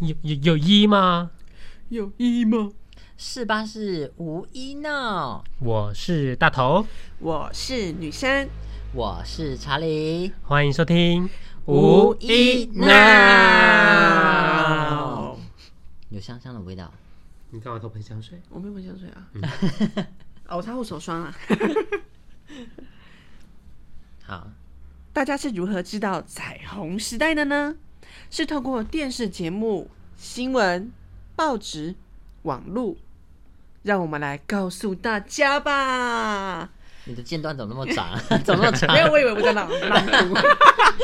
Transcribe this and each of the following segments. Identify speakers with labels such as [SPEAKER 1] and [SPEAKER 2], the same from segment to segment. [SPEAKER 1] 有有有一吗？
[SPEAKER 2] 有意义吗？
[SPEAKER 3] 四八是无一闹，
[SPEAKER 1] 我是大头，
[SPEAKER 2] 我是女生，
[SPEAKER 3] 我是查理。
[SPEAKER 1] 欢迎收听
[SPEAKER 3] 无一闹
[SPEAKER 2] 哦，
[SPEAKER 3] 有香香的味道，
[SPEAKER 1] 你干嘛偷喷香 水？
[SPEAKER 2] 我没有喷香水啊。 哦，我擦护手霜啊。
[SPEAKER 3] 好，
[SPEAKER 2] 大家是如何知道彩虹时代的呢？是透过电视节目、新闻、报纸、网络。让我们来告诉大家 吧。
[SPEAKER 3] 你的间断怎么那么长 啊？怎么那么长？
[SPEAKER 2] 没有，我以为我在朗朗读。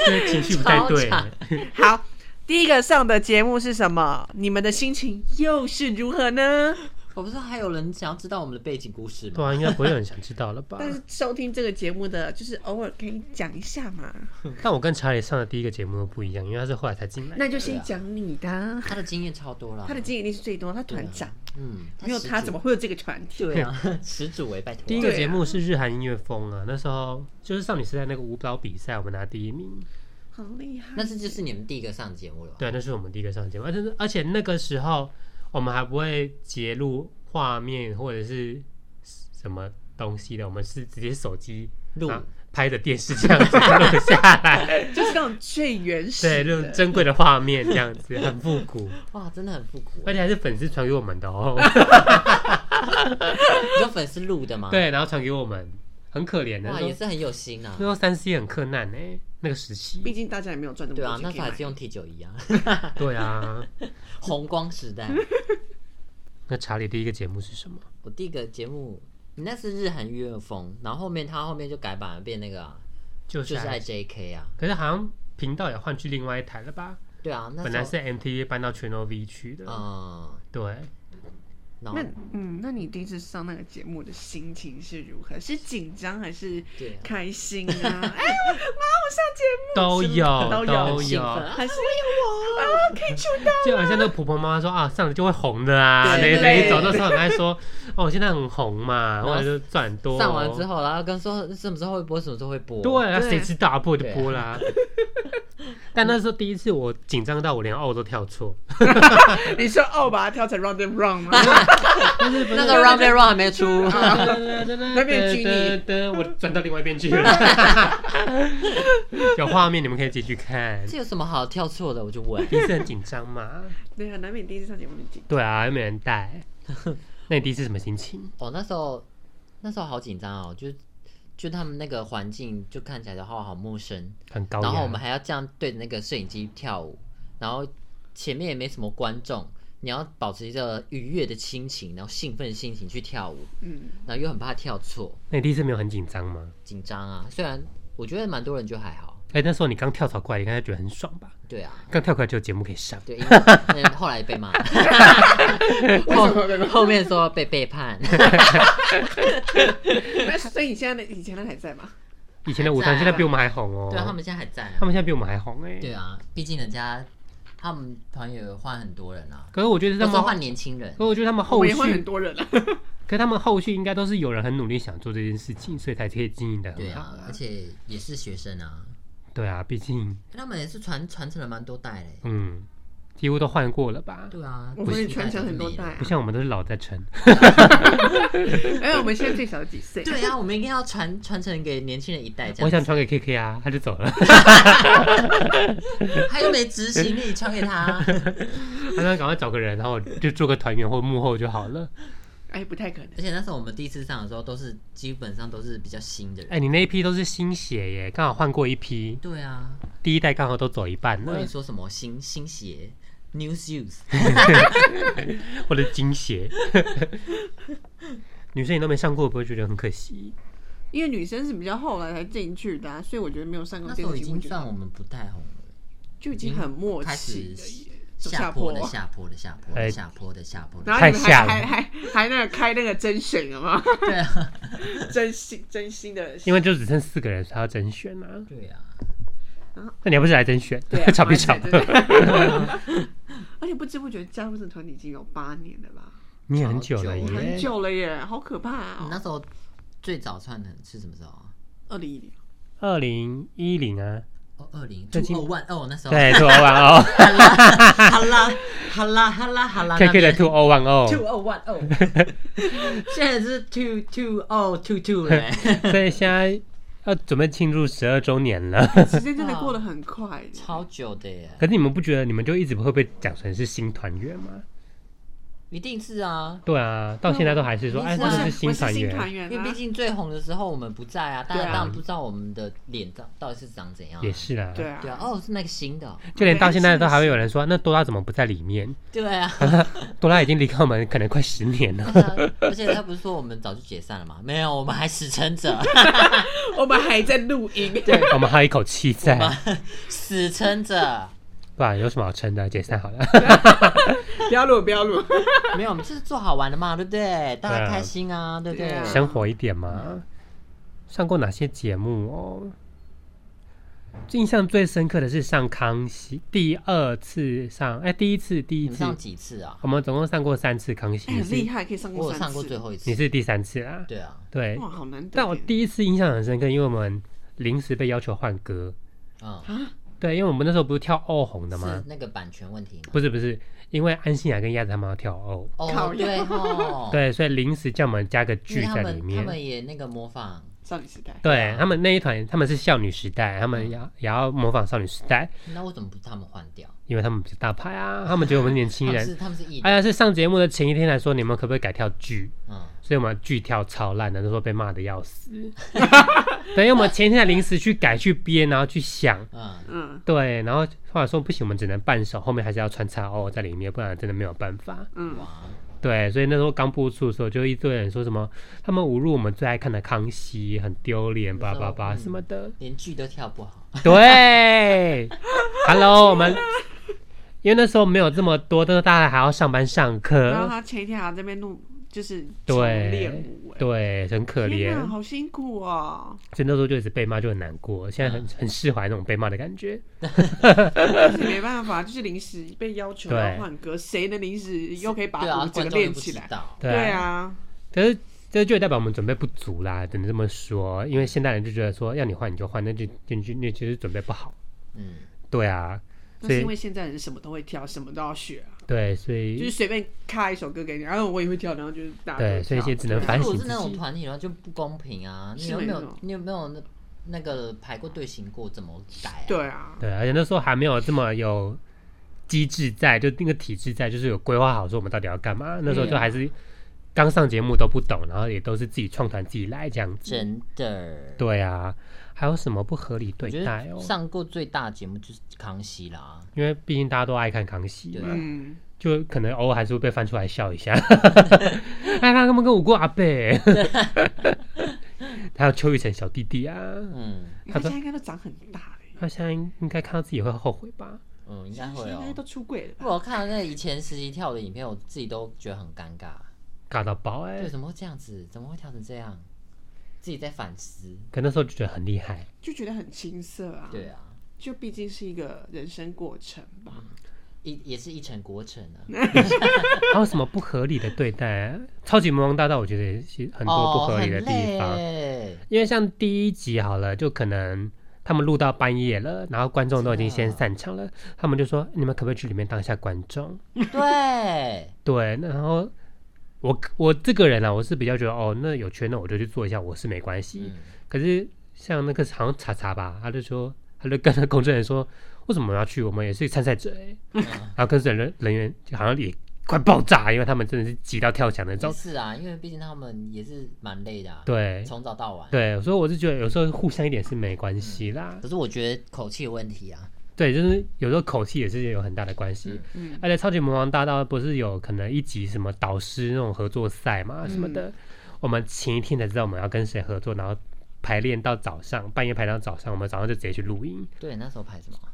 [SPEAKER 1] 这情绪不太对
[SPEAKER 3] 超惨，
[SPEAKER 2] 好，第一个上的节目是什么？你们的心情又是如何呢？
[SPEAKER 3] 我不是还有人想要知道我们的背景故事
[SPEAKER 1] 对
[SPEAKER 3] 吗？
[SPEAKER 1] 啊，应该不会有人想知道了吧？
[SPEAKER 2] 但是收听这个节目的，就是偶尔可以讲一下嘛。
[SPEAKER 1] 但我跟查理上的第一个节目都不一样，因为他是后来才进来。
[SPEAKER 2] 那就先讲你的啊，
[SPEAKER 3] 他的经验超多了，
[SPEAKER 2] 他的经验一定是最多，他团长，
[SPEAKER 3] 嗯，
[SPEAKER 2] 没有他
[SPEAKER 3] 始祖
[SPEAKER 2] 怎么会有这个团体？
[SPEAKER 3] 对啊？ 始祖为拜托，
[SPEAKER 1] 第一个节目是日韩音乐风啊，那时候就是少女时代那个舞蹈比赛，我们拿第一名。
[SPEAKER 2] 好厉害！
[SPEAKER 3] 那这就是你们第一个上节目了吧？
[SPEAKER 1] 对，那是我们第一个上节目，而且而且那个时候我们还不会截录画面或者是什么东西的，我们是直接手机
[SPEAKER 3] 录
[SPEAKER 1] 啊拍的电视这样子 录下来，
[SPEAKER 2] 就是那种最原始
[SPEAKER 1] 对，
[SPEAKER 2] 的，
[SPEAKER 1] 用珍贵的画面这样子，很复古，
[SPEAKER 3] 哇，真的很复古欸
[SPEAKER 1] 而。且还是粉丝传给我们的 哦，
[SPEAKER 3] 嗯有粉丝录的吗？，
[SPEAKER 1] 对，然后传给我们，很可怜的，那
[SPEAKER 3] 哇，
[SPEAKER 1] 时候
[SPEAKER 3] 也是很有心 啊
[SPEAKER 1] 那。时候三 C 很困难呢、那个时期，
[SPEAKER 2] 毕竟大家也没有赚那么
[SPEAKER 3] 对啊
[SPEAKER 2] 多，
[SPEAKER 3] 那
[SPEAKER 2] 钱可以
[SPEAKER 3] 时候还
[SPEAKER 2] 买
[SPEAKER 3] 是。用 T 九一啊，
[SPEAKER 1] 对啊，
[SPEAKER 3] 红光时代。
[SPEAKER 1] 那查理第一个节目是什么？
[SPEAKER 3] 我第一个节目，你那是日韩音乐风，然后后面他后面就改版了变那个啊、
[SPEAKER 1] 就
[SPEAKER 3] 就是
[SPEAKER 1] 是爱，
[SPEAKER 3] 爱 JK 啊，
[SPEAKER 1] 可是好像频道也换去另外一台了吧？
[SPEAKER 3] 对啊，那
[SPEAKER 1] 本来
[SPEAKER 3] 时
[SPEAKER 1] 是 MTV 搬到 Channel V 去的，
[SPEAKER 3] 候嗯，
[SPEAKER 1] 对，
[SPEAKER 3] 然后
[SPEAKER 2] 那嗯，那你第一次上那个节目的心情是如何？是紧张还是
[SPEAKER 3] 对啊
[SPEAKER 2] 开心啊？哎，我妈，我 上节目
[SPEAKER 1] 都有
[SPEAKER 2] 都
[SPEAKER 1] 都
[SPEAKER 3] 很兴奋
[SPEAKER 1] 有，
[SPEAKER 3] 啊，
[SPEAKER 2] 还是我有我啊，可以出道。
[SPEAKER 1] 就好像那个婆婆妈妈说啊，上了就会红的啊，那
[SPEAKER 2] 对
[SPEAKER 1] 那一
[SPEAKER 2] 对
[SPEAKER 1] 种，那时候很爱说哦，我现在很红嘛，
[SPEAKER 3] 然
[SPEAKER 1] 或
[SPEAKER 3] 后
[SPEAKER 1] 者就赚很多，
[SPEAKER 3] 上完之，后，然后跟说什么时候会播，什么时候会播，
[SPEAKER 1] 对，啊，
[SPEAKER 2] 对
[SPEAKER 1] 谁知道啊播就播啦。但那时候第一次我紧张到我连哦都跳错，
[SPEAKER 2] 你说哦，把它跳成 round and round 吗？
[SPEAKER 3] 那个 Round and Round 还没出，
[SPEAKER 1] 那
[SPEAKER 2] 边拘泥
[SPEAKER 1] 我转到另外一边去了。 有画面你们可以自己去 看，
[SPEAKER 3] 这有什么好跳错的？我就问，
[SPEAKER 1] 第一次很紧张嘛，
[SPEAKER 2] 对啊，难免第一次上节目就紧。
[SPEAKER 1] 对啊，又没人带。那你第一次什么心情？
[SPEAKER 3] 哦，那时候那时候好紧张哦，就就他们那个环境就看起来的话好陌生，
[SPEAKER 1] 很高压，
[SPEAKER 3] 然后我们还要这样对着那个摄影机跳舞，然后前面也没什么观众，你要保持着愉悦的心情，然后兴奋的心情去跳舞，
[SPEAKER 2] 嗯，
[SPEAKER 3] 然后又很怕跳错，
[SPEAKER 1] 那你第一次没有很紧张吗？
[SPEAKER 3] 紧张啊。虽然我觉得蛮多人就还好，
[SPEAKER 1] 哎、那时候你刚跳槽过来，应该觉得很爽吧？
[SPEAKER 3] 对啊，
[SPEAKER 1] 刚跳过来就有节目可以上，
[SPEAKER 3] 对，因为嗯后来被骂，后后面说被背叛，
[SPEAKER 2] 那所以你现在的以前的还在吗？
[SPEAKER 1] 以前的舞团现在比我们还红哦、
[SPEAKER 3] 对啊，他们现在还在
[SPEAKER 1] 他
[SPEAKER 3] 啊，
[SPEAKER 1] 们现在比我们还红哎、
[SPEAKER 3] 对啊，毕竟人家他们团也换很多人啊，
[SPEAKER 1] 可是我觉得
[SPEAKER 3] 都
[SPEAKER 1] 他
[SPEAKER 3] 是
[SPEAKER 1] 们，
[SPEAKER 3] 换年轻人
[SPEAKER 1] 可，是我觉得他们
[SPEAKER 2] 我
[SPEAKER 1] 后
[SPEAKER 2] 们
[SPEAKER 1] 续
[SPEAKER 2] 也，换很多人了。
[SPEAKER 1] 可是他们后续应该都是有人很努力想做这件事情，所以才可以经营的
[SPEAKER 3] 对
[SPEAKER 1] 很好
[SPEAKER 3] 啊，而且也是学生啊，
[SPEAKER 1] 对啊，毕竟
[SPEAKER 3] 他们也是传传承了蛮多代嘞，
[SPEAKER 1] 嗯，几乎都换过了吧？
[SPEAKER 3] 对啊，
[SPEAKER 2] 我们也传承很多代、啊
[SPEAKER 1] 不，像我们都是老在撑，
[SPEAKER 2] 因为我们现在最小的几岁。
[SPEAKER 3] 对啊，我们应该要传传承给年轻人一代这
[SPEAKER 1] 我
[SPEAKER 3] 样
[SPEAKER 1] 想
[SPEAKER 3] 子，
[SPEAKER 1] 传给 KK 啊，他就走了，
[SPEAKER 3] 他又没执行力，传给他。
[SPEAKER 1] 他想赶快找个人，然后就做个团员或幕后就好了。
[SPEAKER 2] 哎，不太可能。
[SPEAKER 3] 而且那时候我们第一次上的时候，都是基本上都是比较新的人。
[SPEAKER 1] 哎、你那一批都是新血耶，刚好换过一批，
[SPEAKER 3] 对啊，
[SPEAKER 1] 第一代刚好都走一半
[SPEAKER 3] 或
[SPEAKER 1] 了
[SPEAKER 3] 者， 说什么新新鞋 new shoes，
[SPEAKER 1] 或者金鞋。 女生你都没上过，不会觉得很可惜？
[SPEAKER 2] 因为女生是比较后来才进去的、啊，所以我觉得没有上过
[SPEAKER 3] 那
[SPEAKER 2] 这
[SPEAKER 3] 时
[SPEAKER 2] 个
[SPEAKER 3] 候已
[SPEAKER 2] 节目
[SPEAKER 3] 经
[SPEAKER 2] 就
[SPEAKER 3] 算我们不太红了，
[SPEAKER 2] 就已经很默
[SPEAKER 3] 开
[SPEAKER 2] 契
[SPEAKER 3] 始
[SPEAKER 2] 了耶。
[SPEAKER 3] 下坡的下坡的下坡的
[SPEAKER 1] 哎
[SPEAKER 3] 下坡的下坡 的。
[SPEAKER 2] 然后你们
[SPEAKER 1] 太吓
[SPEAKER 2] 还
[SPEAKER 1] 人
[SPEAKER 2] 还还还那个开那个甄选了吗？
[SPEAKER 3] 对啊，
[SPEAKER 2] 真心真心的，
[SPEAKER 1] 因为就只剩四个人，所以要甄选啊。
[SPEAKER 3] 对啊，
[SPEAKER 1] 那你还不是来甄选？
[SPEAKER 2] 对、啊，
[SPEAKER 1] 吵不吵？
[SPEAKER 2] 对对 而且不知不觉加入这个团体已经有八年了吧，
[SPEAKER 1] 你也很久了
[SPEAKER 3] 好久
[SPEAKER 1] 耶，
[SPEAKER 3] 了
[SPEAKER 2] 很久了耶，好可怕
[SPEAKER 3] 你那
[SPEAKER 2] 啊！
[SPEAKER 3] 时候最早穿的是什么时候啊？
[SPEAKER 2] 二零一零，
[SPEAKER 1] 二零一零啊，
[SPEAKER 3] 哦，二零
[SPEAKER 1] 最近
[SPEAKER 3] two 万哦，那时候
[SPEAKER 1] 对，two o one 哦 o
[SPEAKER 3] 哈啦哈啦哈啦哈啦哈啦
[SPEAKER 1] QQ 的 two o one
[SPEAKER 3] two
[SPEAKER 1] o，
[SPEAKER 3] 哦 one 哦， 现在是 two two o two two 嘞，
[SPEAKER 1] 所以现在要准备庆祝十二周年了。
[SPEAKER 2] 时间真的过得很快。
[SPEAKER 3] 超久的耶，
[SPEAKER 1] 可是你们不觉得你们就一直会被讲成是新团员吗？
[SPEAKER 3] 一定是啊，
[SPEAKER 1] 对啊，到现在都还是说，
[SPEAKER 3] 嗯
[SPEAKER 1] 哎，
[SPEAKER 3] 我
[SPEAKER 1] 他
[SPEAKER 2] 我
[SPEAKER 3] 是
[SPEAKER 1] 们
[SPEAKER 2] 是
[SPEAKER 1] 新团
[SPEAKER 2] 新
[SPEAKER 1] 员。
[SPEAKER 2] 团员
[SPEAKER 3] 因为
[SPEAKER 2] 啊
[SPEAKER 3] 毕，竟最红的时候我们不在啊，大家
[SPEAKER 2] 对啊
[SPEAKER 3] 当然不知道我们的脸到到底是长怎样啊，
[SPEAKER 1] 也是啦，
[SPEAKER 2] 对
[SPEAKER 3] 对啊，
[SPEAKER 2] 啊，
[SPEAKER 3] 哦是那个新的哦，
[SPEAKER 1] 就连到现在都还会
[SPEAKER 2] 对
[SPEAKER 1] 有人说，那多拉怎么不在里面？
[SPEAKER 3] 对 啊，
[SPEAKER 1] 多拉已经离开我们可能快十年了。
[SPEAKER 3] 而且他不是说我们早就解散了吗？没有，我们还死撑着，
[SPEAKER 2] 我们还在录音，
[SPEAKER 1] 我们还有一口气在，
[SPEAKER 3] 死撑着，
[SPEAKER 1] 不然有什么好撑的？解散好了。
[SPEAKER 2] 不要录，不要录。
[SPEAKER 3] 没有，我们就是做好玩的嘛，对不对？大
[SPEAKER 1] 对
[SPEAKER 3] 家
[SPEAKER 1] 啊
[SPEAKER 3] 开心啊，对不对
[SPEAKER 2] 对？啊
[SPEAKER 1] 生活一点嘛。上过哪些节目哦？印象最深刻的是上《康熙》，第二次上，哎，第一次，第
[SPEAKER 3] 你
[SPEAKER 1] 一
[SPEAKER 3] 们
[SPEAKER 1] 次，
[SPEAKER 3] 上几次啊？
[SPEAKER 1] 我们总共上过三次《康熙
[SPEAKER 2] 哎》，
[SPEAKER 1] 你
[SPEAKER 2] 很厉
[SPEAKER 1] 是
[SPEAKER 2] 害，可以上过
[SPEAKER 3] 我有
[SPEAKER 2] 三次。
[SPEAKER 3] 上过最后一次
[SPEAKER 1] 你，是第三次啦。
[SPEAKER 3] 对啊，
[SPEAKER 1] 对，
[SPEAKER 2] 哇，好难得耶。
[SPEAKER 1] 但我第一次印象很深刻，因为我们临时被要求换歌。
[SPEAKER 3] 嗯，
[SPEAKER 2] 啊，
[SPEAKER 1] 对，因为我们那时候不是跳欧红的
[SPEAKER 3] 是
[SPEAKER 1] 吗？
[SPEAKER 3] 那个版权问题吗？
[SPEAKER 1] 不是不是，因为安心雅跟鸭子他们要跳欧，
[SPEAKER 3] 哦
[SPEAKER 2] 靠，
[SPEAKER 3] 对 哦，
[SPEAKER 1] 对，所以临时叫我们加个
[SPEAKER 3] 因为
[SPEAKER 1] 剧
[SPEAKER 3] 他
[SPEAKER 1] 在里
[SPEAKER 3] 们他
[SPEAKER 1] 面。
[SPEAKER 3] 们也那个模仿，
[SPEAKER 2] 少女时代，
[SPEAKER 1] 对他们那一团，他们是少女时代，他
[SPEAKER 3] 嗯
[SPEAKER 1] 们也要也要模仿少女时代，
[SPEAKER 3] 那为什么不他们换掉？
[SPEAKER 1] 因为他们比较大牌 啊，他们觉得我们是年
[SPEAKER 3] 他
[SPEAKER 1] 轻
[SPEAKER 3] 们
[SPEAKER 1] 人。
[SPEAKER 3] 是他们是艺
[SPEAKER 1] 哎
[SPEAKER 3] 人，
[SPEAKER 1] 呀，是上节目的前一天来说，你们可不可以改跳剧？
[SPEAKER 3] 嗯，
[SPEAKER 1] 所以我们剧跳超烂的，那时候被骂的要 死。对，因为我们前一天才临时去改去编，然后去想，
[SPEAKER 3] 嗯，
[SPEAKER 2] 嗯
[SPEAKER 1] 对，然后后来说不行，我们只能半首，后面还是要穿插哦在里面，不然真的没有办法。
[SPEAKER 2] 嗯，
[SPEAKER 3] 哇，
[SPEAKER 1] 对，所以那时候刚播出的时候，就一堆人说什么他们侮辱我们最爱看的《康熙》，很丢脸，叭叭
[SPEAKER 2] 嗯
[SPEAKER 1] 叭什么的。
[SPEAKER 3] 连剧都跳不好，
[SPEAKER 1] 对 ，Hello，我们因为那时候没有这么多，但是大家还要上班上
[SPEAKER 2] 然
[SPEAKER 1] 课，
[SPEAKER 2] 后他前一天还在那边录，就是重练
[SPEAKER 1] 对
[SPEAKER 2] 舞，哎，
[SPEAKER 1] 对，很可怜
[SPEAKER 2] 天哪，。好辛苦哦。
[SPEAKER 1] 所以那时候就一直被骂，就很难过。现在
[SPEAKER 2] 嗯
[SPEAKER 1] 很很释怀那种被骂的感觉。
[SPEAKER 2] 但是没办法，就是临时被要求
[SPEAKER 1] 对
[SPEAKER 2] 要换歌，谁能临时又可以
[SPEAKER 3] 对
[SPEAKER 2] 把
[SPEAKER 3] 啊，
[SPEAKER 2] 舞整
[SPEAKER 3] 观
[SPEAKER 2] 个
[SPEAKER 3] 众又
[SPEAKER 2] 练
[SPEAKER 3] 不
[SPEAKER 2] 起
[SPEAKER 3] 知
[SPEAKER 2] 来？
[SPEAKER 3] 道，
[SPEAKER 1] 对
[SPEAKER 2] 对，啊，
[SPEAKER 1] 可是这就代表我们准备不足啦，只能这么说。因为现代人就觉得说要你换你就换，那就就就那其实准备不好。
[SPEAKER 3] 嗯，
[SPEAKER 1] 对啊，
[SPEAKER 2] 那
[SPEAKER 1] 所以
[SPEAKER 2] 是因为现在人什么都会跳，什么都要学啊，
[SPEAKER 1] 对，所以
[SPEAKER 2] 就是随便开一首歌给你，然后我也会跳，然后就是大家都
[SPEAKER 1] 对，
[SPEAKER 2] 会
[SPEAKER 1] 所以
[SPEAKER 2] 跳
[SPEAKER 1] 现在只能
[SPEAKER 2] 对啊
[SPEAKER 1] 反
[SPEAKER 3] 如果
[SPEAKER 1] 省
[SPEAKER 3] 是
[SPEAKER 1] 自
[SPEAKER 3] 那种
[SPEAKER 1] 己。哦
[SPEAKER 3] 团体的话就不公平啊！你
[SPEAKER 2] 是
[SPEAKER 3] 有
[SPEAKER 2] 没
[SPEAKER 3] 没有
[SPEAKER 2] 错
[SPEAKER 3] 你有没有那那个排过队形过怎么改啊？
[SPEAKER 2] 对啊，
[SPEAKER 1] 对，而且那时候还没有这么有机制在，就那个体制在，就是有规划好说我们到底要干嘛。那时
[SPEAKER 3] 嗯
[SPEAKER 1] 候就还是刚上节目都不懂，然后也都是自己创团自己来这样子。
[SPEAKER 3] 真的。
[SPEAKER 1] 对啊，还有什么不合理
[SPEAKER 3] 我
[SPEAKER 1] 对
[SPEAKER 3] 觉
[SPEAKER 1] 待
[SPEAKER 3] 得
[SPEAKER 1] 哦？
[SPEAKER 3] 上过最大的节目就是《康熙》啦，
[SPEAKER 1] 因为毕竟大家都爱看康熙嘛，
[SPEAKER 2] 嗯，
[SPEAKER 1] 就可能偶尔还是会被翻出来笑一 下。哎，他们跟五过阿贝， 还有邱雨辰小弟弟啊，
[SPEAKER 3] 嗯
[SPEAKER 2] 他现在应该都长很大了，
[SPEAKER 1] 他现在应该看到自己会后悔吧？
[SPEAKER 3] 嗯，应该会
[SPEAKER 2] 现在应该
[SPEAKER 3] 哦
[SPEAKER 2] 都。出柜了吧？
[SPEAKER 3] 我看那以前实习跳的影片，我自己都觉得很尴尬，
[SPEAKER 1] 尬到爆哎、
[SPEAKER 3] 对，怎么会这样子？怎么会跳成这样？自己在反思。
[SPEAKER 1] 可那时候就觉得很厉害。
[SPEAKER 2] 就觉得很青涩啊，
[SPEAKER 3] 对啊，
[SPEAKER 2] 就毕竟是一个人生过程吧。
[SPEAKER 3] 一也是一成国成啊，
[SPEAKER 1] 还有什么不合理的对待、啊？超级魔王大道，我觉得也是很多不合理的地
[SPEAKER 3] 哦
[SPEAKER 1] 方。
[SPEAKER 3] 很累
[SPEAKER 1] 因为像第一集好了，就可能他们录到半夜了，然后观众都已经先散场了，他们就说：“你们可不可以去里面当一下观众
[SPEAKER 3] 对，？”
[SPEAKER 1] 对，然后我我这个人啊，我是比较觉得哦，那有缺那我就去做一下，我是没关系。
[SPEAKER 3] 嗯，
[SPEAKER 1] 可是像那个好像查查吧，他就说，他就跟那工作人员说：“为什么我们要去？我们也是参赛者、欸。 然后跟人人人员就好像也快爆炸，因为他们真的是急到跳墙那种
[SPEAKER 3] 也。是啊，因为毕竟他们也是蛮累的啊，
[SPEAKER 1] 对
[SPEAKER 3] 从早到晚。
[SPEAKER 1] 哎对，所以我是觉得有时候互相一点是没关系啦。
[SPEAKER 3] 可是我觉得口气有问题啊，
[SPEAKER 1] 对，就是有时候口气也是有很大的关系。
[SPEAKER 2] 嗯
[SPEAKER 1] 而且超级魔王大道不是有可能一集什么导师那种合作赛
[SPEAKER 2] 嗯
[SPEAKER 1] 嘛什么的，我们前一天才知道我们要跟谁合作，然后排练到早上，半夜排到早上，我们早上就直接去录音。
[SPEAKER 3] 对，那时候排什么啊？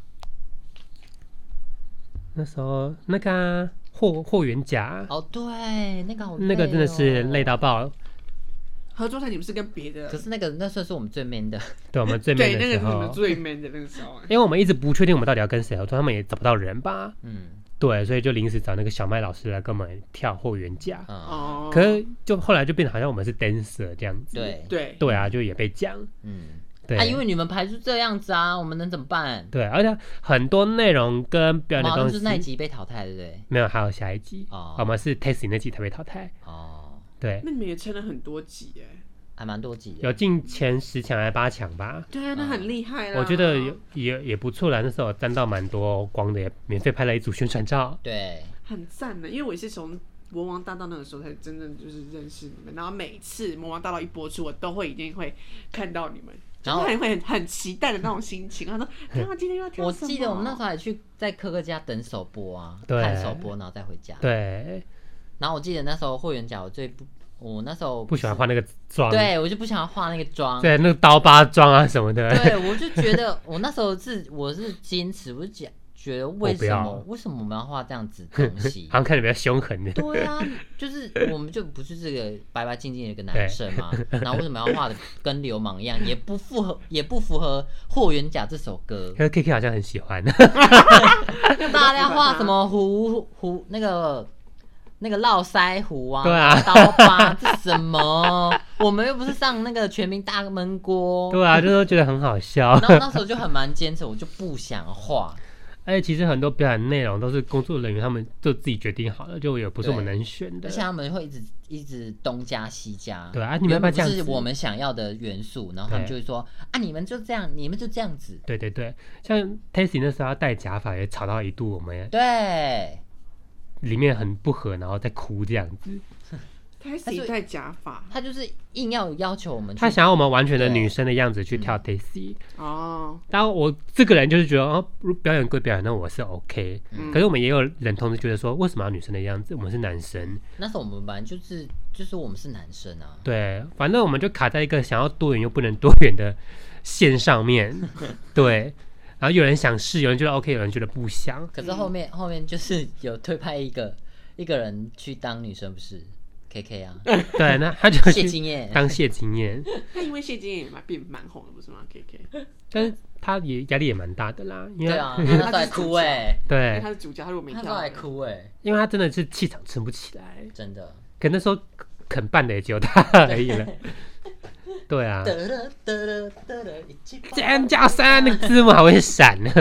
[SPEAKER 1] 那时候那个啊霍霍元甲、
[SPEAKER 3] 哦，对，那个好、哦
[SPEAKER 1] 那个真的是
[SPEAKER 2] 哦
[SPEAKER 1] 累。到爆，
[SPEAKER 2] 合作赛你们是跟别的
[SPEAKER 3] 可，是那个那算是我们最 man 的，
[SPEAKER 1] 对我们 最美
[SPEAKER 2] 对，
[SPEAKER 1] 的
[SPEAKER 2] 那个
[SPEAKER 1] 时
[SPEAKER 2] 是你
[SPEAKER 1] 候，
[SPEAKER 2] 们最 man 的那个时 候啊，
[SPEAKER 1] 因为我们一直不确定我们到底要跟谁合作，他们也找不到人吧。
[SPEAKER 3] 嗯
[SPEAKER 1] 对，所以就临时找那个小麦老师来跟我们跳霍元甲。
[SPEAKER 3] 嗯，
[SPEAKER 2] 哦，
[SPEAKER 1] 可是就后来就变得好像我们是 dancer 这样子。
[SPEAKER 3] 对，
[SPEAKER 2] 对，
[SPEAKER 1] 对啊，就也被讲。
[SPEAKER 3] 嗯，
[SPEAKER 1] 对，
[SPEAKER 3] 啊，因为你们排出这样子啊，我们能怎么办？
[SPEAKER 1] 对，而且很多内容跟表演啊的
[SPEAKER 3] 好
[SPEAKER 1] 东
[SPEAKER 3] 像
[SPEAKER 1] 西
[SPEAKER 3] 就是那一集被淘汰，对不对？
[SPEAKER 1] 没有，还有下一集，
[SPEAKER 3] 哦
[SPEAKER 1] 我们是 Testing 那集才被淘汰。
[SPEAKER 3] 哦，
[SPEAKER 1] 对，
[SPEAKER 2] 那你们也撑了很多集哎、
[SPEAKER 3] 还蛮多集的。
[SPEAKER 1] 有进前十强还是八强吧？
[SPEAKER 2] 对啊，那很厉害啦。
[SPEAKER 1] 我觉得也也也不错啦，那时候沾到蛮多光的，也免费拍了一组宣传照。
[SPEAKER 3] 对，
[SPEAKER 2] 很赞的，因为我也是从《魔王大道》那个时候才真正就是认识你们，然后每次《魔王大道》一播出，我都会一定会看到你们，
[SPEAKER 3] 然
[SPEAKER 2] 就
[SPEAKER 3] 后
[SPEAKER 2] 是很会很很期待的那种心情。他 说：“天啊，今天又要跳
[SPEAKER 3] 我
[SPEAKER 2] 什么
[SPEAKER 3] 记得我们那时候还去在科科家等首播啊，
[SPEAKER 1] 对
[SPEAKER 3] 看首播，然后再回家。
[SPEAKER 1] 对，
[SPEAKER 3] 然后我记得那时候会员角我最不，我那时候
[SPEAKER 1] 不喜欢化那个妆，
[SPEAKER 3] 对我就不想要化那个妆。
[SPEAKER 1] 对，那个刀疤妆啊什么的。
[SPEAKER 3] 对，我就觉得我那时候是我是坚持，我就觉觉得为
[SPEAKER 1] 我不
[SPEAKER 3] 什
[SPEAKER 1] 要
[SPEAKER 3] 么为什么我们要画这样子的东 西
[SPEAKER 1] 好？像看着比较凶狠的。
[SPEAKER 3] 对啊，就是我们就不是这个白白净净的一个男生嘛，然后为什么要画的跟流氓一样，也不符合也不符合《霍元甲》这首 歌，
[SPEAKER 1] 可是 K K 好像很喜欢，
[SPEAKER 3] 哦大量画什么胡胡那个那个络腮胡啊，
[SPEAKER 1] 对啊
[SPEAKER 3] 刀疤这什么？我们又不是上那个全民大闷锅，
[SPEAKER 1] 对啊，就是觉得很好笑
[SPEAKER 3] 然。后那时候就很蛮坚持，我就不想画，
[SPEAKER 1] 而且其实很多表演内容都是工作人员他们就自己决定好了，就也不是我们
[SPEAKER 3] 对
[SPEAKER 1] 能选的
[SPEAKER 3] 而。且他们会一直一直东加西加，
[SPEAKER 1] 对啊你们要不要这样子
[SPEAKER 3] 原本不是我们想要的元素，然后他们就会说啊，你们就这样，你们就这样子，
[SPEAKER 1] 对对对，像 Tessie 那时候要戴假发也吵到一度，我们
[SPEAKER 3] 对，
[SPEAKER 1] 里面很不合，然后在哭这样
[SPEAKER 3] 嗯
[SPEAKER 1] 子。
[SPEAKER 2] 开始一戴假发
[SPEAKER 3] 他就是硬要要求我们去，
[SPEAKER 1] 他想要我们完全的
[SPEAKER 3] 对嗯
[SPEAKER 1] 女生的样子去跳 Tessie，
[SPEAKER 2] 哦，
[SPEAKER 1] 但我这个人就是觉得哦，如表演归表演，那我是 OK。
[SPEAKER 2] 嗯
[SPEAKER 1] 可是我们也有人同时觉得说，为什么要女生的样子？我们是男生，
[SPEAKER 3] 那时候我们本来就是就是我们是男生啊，
[SPEAKER 1] 对，反正我们就卡在一个想要多元又不能多元的线上面，对。然后有人想试，有人觉得 OK，有人觉得不想。
[SPEAKER 3] 可是后面、后面就是有推派一个一个人去当女生，不是 K K 啊，
[SPEAKER 1] 对，那他就
[SPEAKER 3] 谢
[SPEAKER 1] 去
[SPEAKER 3] 金燕，
[SPEAKER 1] 当谢金燕，
[SPEAKER 2] 那因为谢金燕也蛮变蛮红的，不是吗？K K，
[SPEAKER 1] 但是他也压力也蛮大的啦，因为
[SPEAKER 3] 对啊，他 那时候还哭哎、
[SPEAKER 2] 因为
[SPEAKER 1] 对
[SPEAKER 2] 他，是主角，他如果没
[SPEAKER 3] 他那时
[SPEAKER 2] 跳
[SPEAKER 3] 候，还哭哎、
[SPEAKER 1] 因为他真的是气场撑不起来，
[SPEAKER 3] 真 的，
[SPEAKER 1] 可那时候肯办的也只有他而 已了。对啊，
[SPEAKER 3] 得了得了得了，一起吧
[SPEAKER 1] 尖叫声那个字幕还会闪呢。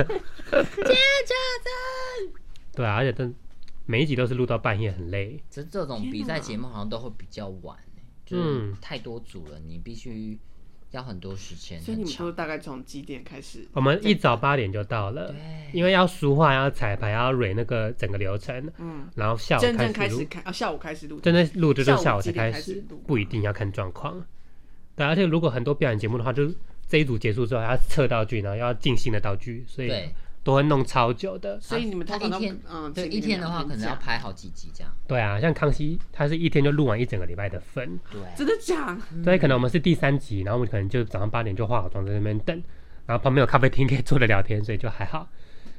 [SPEAKER 1] 对啊，而且真每一集都是录到半夜，很累。
[SPEAKER 3] 其实这种比赛节目好像都会比较晚、欸，就是
[SPEAKER 1] 嗯
[SPEAKER 3] 太多组了，你必须要很多时间，
[SPEAKER 2] 所以你们
[SPEAKER 3] 很
[SPEAKER 2] 都
[SPEAKER 3] 长。
[SPEAKER 2] 大概从几点开始？
[SPEAKER 1] 我们一早八点就到了，因为要书画、要彩排、要蕊那个整个流程，
[SPEAKER 2] 嗯，
[SPEAKER 1] 然后下午
[SPEAKER 2] 真正开
[SPEAKER 1] 始
[SPEAKER 2] 始
[SPEAKER 1] 录，
[SPEAKER 2] 开啊，下午开始录，
[SPEAKER 1] 真正录就是
[SPEAKER 2] 下
[SPEAKER 1] 下
[SPEAKER 2] 午
[SPEAKER 1] 午
[SPEAKER 2] 几
[SPEAKER 1] 才开
[SPEAKER 2] 点开始
[SPEAKER 1] 始
[SPEAKER 2] 录，
[SPEAKER 1] 不一定要看状况。对，啊而且如果很多表演节目的话，就是这一组结束之后还要测道具，然后要进新的道具，所以
[SPEAKER 3] 对
[SPEAKER 1] 都会弄超久的。
[SPEAKER 2] 所以你们
[SPEAKER 3] 他
[SPEAKER 2] 通常
[SPEAKER 3] 一
[SPEAKER 2] 都
[SPEAKER 3] 天，
[SPEAKER 2] 嗯，
[SPEAKER 3] 对
[SPEAKER 2] 前
[SPEAKER 3] 一
[SPEAKER 2] 面
[SPEAKER 3] 天的
[SPEAKER 2] 两
[SPEAKER 3] 话，可能
[SPEAKER 2] 假
[SPEAKER 3] 要拍好几集这样。
[SPEAKER 1] 对啊，像康熙，他是一天就录完一整个礼拜的分，
[SPEAKER 3] 对，
[SPEAKER 2] 真的假？
[SPEAKER 1] 所以可能我们是第三集，然后我们可能就早上八点就化好妆在那边等，然后旁边有咖啡厅可以坐着聊天，所以就还好。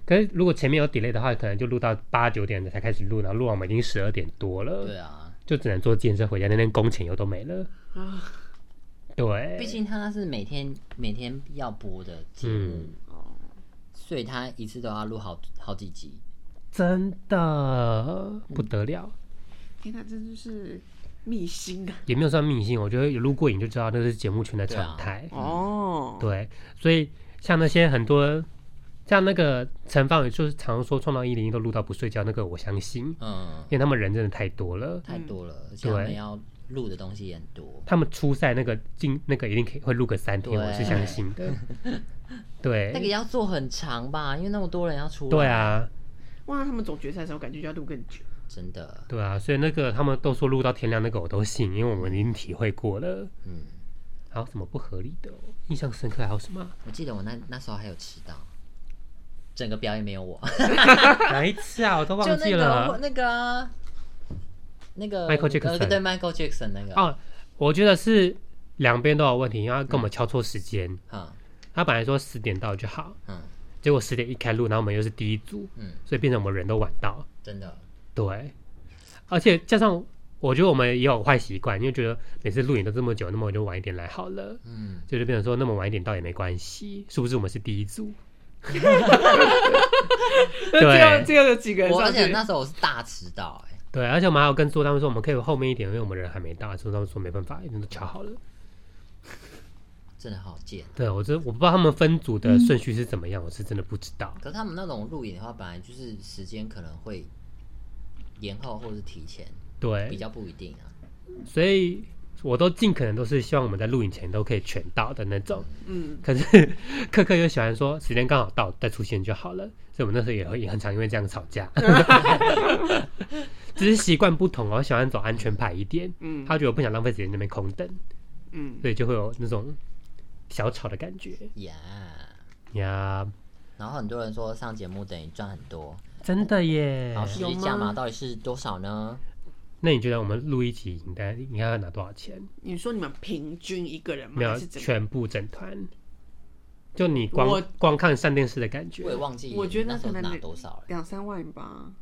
[SPEAKER 1] 可是如果前面有 delay 的话，可能就录到八九点才开始录，然后录完我们已经十二点多了，
[SPEAKER 3] 对啊，
[SPEAKER 1] 就只能坐自行车回家，那天工钱又都没了。
[SPEAKER 2] 啊，
[SPEAKER 3] 毕
[SPEAKER 1] 对，
[SPEAKER 3] 竟他是每天每天要播的节目，
[SPEAKER 1] 嗯
[SPEAKER 2] 哦，
[SPEAKER 3] 所以他一次都要录好好几集。
[SPEAKER 1] 真的不得了，
[SPEAKER 2] 天哪，这就是秘辛啊！
[SPEAKER 1] 也没有算明星，我觉得有录过影就知道那是节目圈的常态。
[SPEAKER 3] 啊
[SPEAKER 2] 哦，
[SPEAKER 1] 对，所以像那些很多，像那个陈芳宇，就是常说创造一零一都录到不睡觉，那个我相信，
[SPEAKER 3] 嗯，
[SPEAKER 1] 因为他们人真的太多了，
[SPEAKER 3] 太多了，而且他们要录的东西也很多。
[SPEAKER 1] 他们初赛那个进那个一定可以会录个三天，
[SPEAKER 3] 对
[SPEAKER 1] 我是相信的。
[SPEAKER 3] 那个
[SPEAKER 1] 对，
[SPEAKER 3] 要做很长吧，因为那么多人要出来。
[SPEAKER 1] 对，啊，
[SPEAKER 2] 哇，他们总决赛的时候感觉就要录更久。
[SPEAKER 3] 真的，
[SPEAKER 1] 对啊，所以那个他们都说录到天亮，那个我都信，因为我们已经体会过了。
[SPEAKER 3] 嗯，
[SPEAKER 1] 还有什么不合理的哦、印象深刻还有什么啊？
[SPEAKER 3] 我记得我那那时候还有迟到，整个表演没有 我。
[SPEAKER 1] 哪一次啊？我都忘
[SPEAKER 3] 就
[SPEAKER 1] 记
[SPEAKER 3] 那个
[SPEAKER 1] 了。
[SPEAKER 3] 那个啊那个
[SPEAKER 1] Michael Jackson
[SPEAKER 3] 呃对 Michael Jackson 那个
[SPEAKER 1] 哦，我觉得是两边都有问题，因为他跟我们敲错时间。
[SPEAKER 3] 啊，
[SPEAKER 1] 他本来说十点到就好，
[SPEAKER 3] 嗯
[SPEAKER 1] 结果十点一开录，然后我们又是第一组，
[SPEAKER 3] 嗯，
[SPEAKER 1] 所以变成我们人都晚到。
[SPEAKER 3] 真的，
[SPEAKER 1] 对，而且加上我觉得我们也有坏习惯，因为觉得每次录影都这么久，那么我就晚一点来好了，
[SPEAKER 3] 嗯，
[SPEAKER 1] 所以就变成说那么晚一点到也没关系，是不是我们是第一组？
[SPEAKER 2] 那 最后最后有几个人
[SPEAKER 3] 我而
[SPEAKER 2] 上
[SPEAKER 3] 且
[SPEAKER 2] 去？
[SPEAKER 3] 那时候我是大迟到哎、
[SPEAKER 1] 对，而且我们还有跟做他们说我们可以后面一点，因为我们人还没到，所以他们说没办法，已经都敲好了。
[SPEAKER 3] 真的好贱。
[SPEAKER 1] 对我这我不知道他们分组的顺序是怎么样，我是真的不知道。
[SPEAKER 3] 可是他们那种录影的话，本来就是时间可能会延后或是提前，比
[SPEAKER 1] 对，
[SPEAKER 3] 较不一定啊。
[SPEAKER 1] 所以我都尽可能都是希望我们在录影前都可以全到的那种。
[SPEAKER 2] 嗯，
[SPEAKER 1] 可是 克克又喜欢说时间刚好到再出现就好了，所以我们那时候也会也很常因为这样吵 架，只是习惯不同哦，我喜欢走安全牌一点。
[SPEAKER 2] 嗯
[SPEAKER 1] 他觉得我不想浪费时间在那边空等，
[SPEAKER 2] 嗯，
[SPEAKER 1] 所以就会有那种小吵的感觉
[SPEAKER 3] 呀、
[SPEAKER 1] 呀。
[SPEAKER 3] 然后很多人说上节目等于赚很多，
[SPEAKER 1] 真的耶
[SPEAKER 3] 然！后实
[SPEAKER 2] 有
[SPEAKER 3] 际价
[SPEAKER 2] 吗
[SPEAKER 3] 码到底是多少呢？
[SPEAKER 1] 那你觉得我们录一集应该应该要拿多少钱？
[SPEAKER 2] 你说你们平均一个人吗？
[SPEAKER 1] 没有，
[SPEAKER 2] 还是怎么样？
[SPEAKER 1] 全部整团，就你光
[SPEAKER 2] 我
[SPEAKER 1] 光看上电视的感
[SPEAKER 3] 我也
[SPEAKER 1] 觉，
[SPEAKER 3] 忘记，
[SPEAKER 2] 我觉得
[SPEAKER 3] 那时
[SPEAKER 2] 可
[SPEAKER 3] 候
[SPEAKER 2] 能
[SPEAKER 3] 拿
[SPEAKER 2] 得
[SPEAKER 3] 多少了。
[SPEAKER 2] 两三万吧，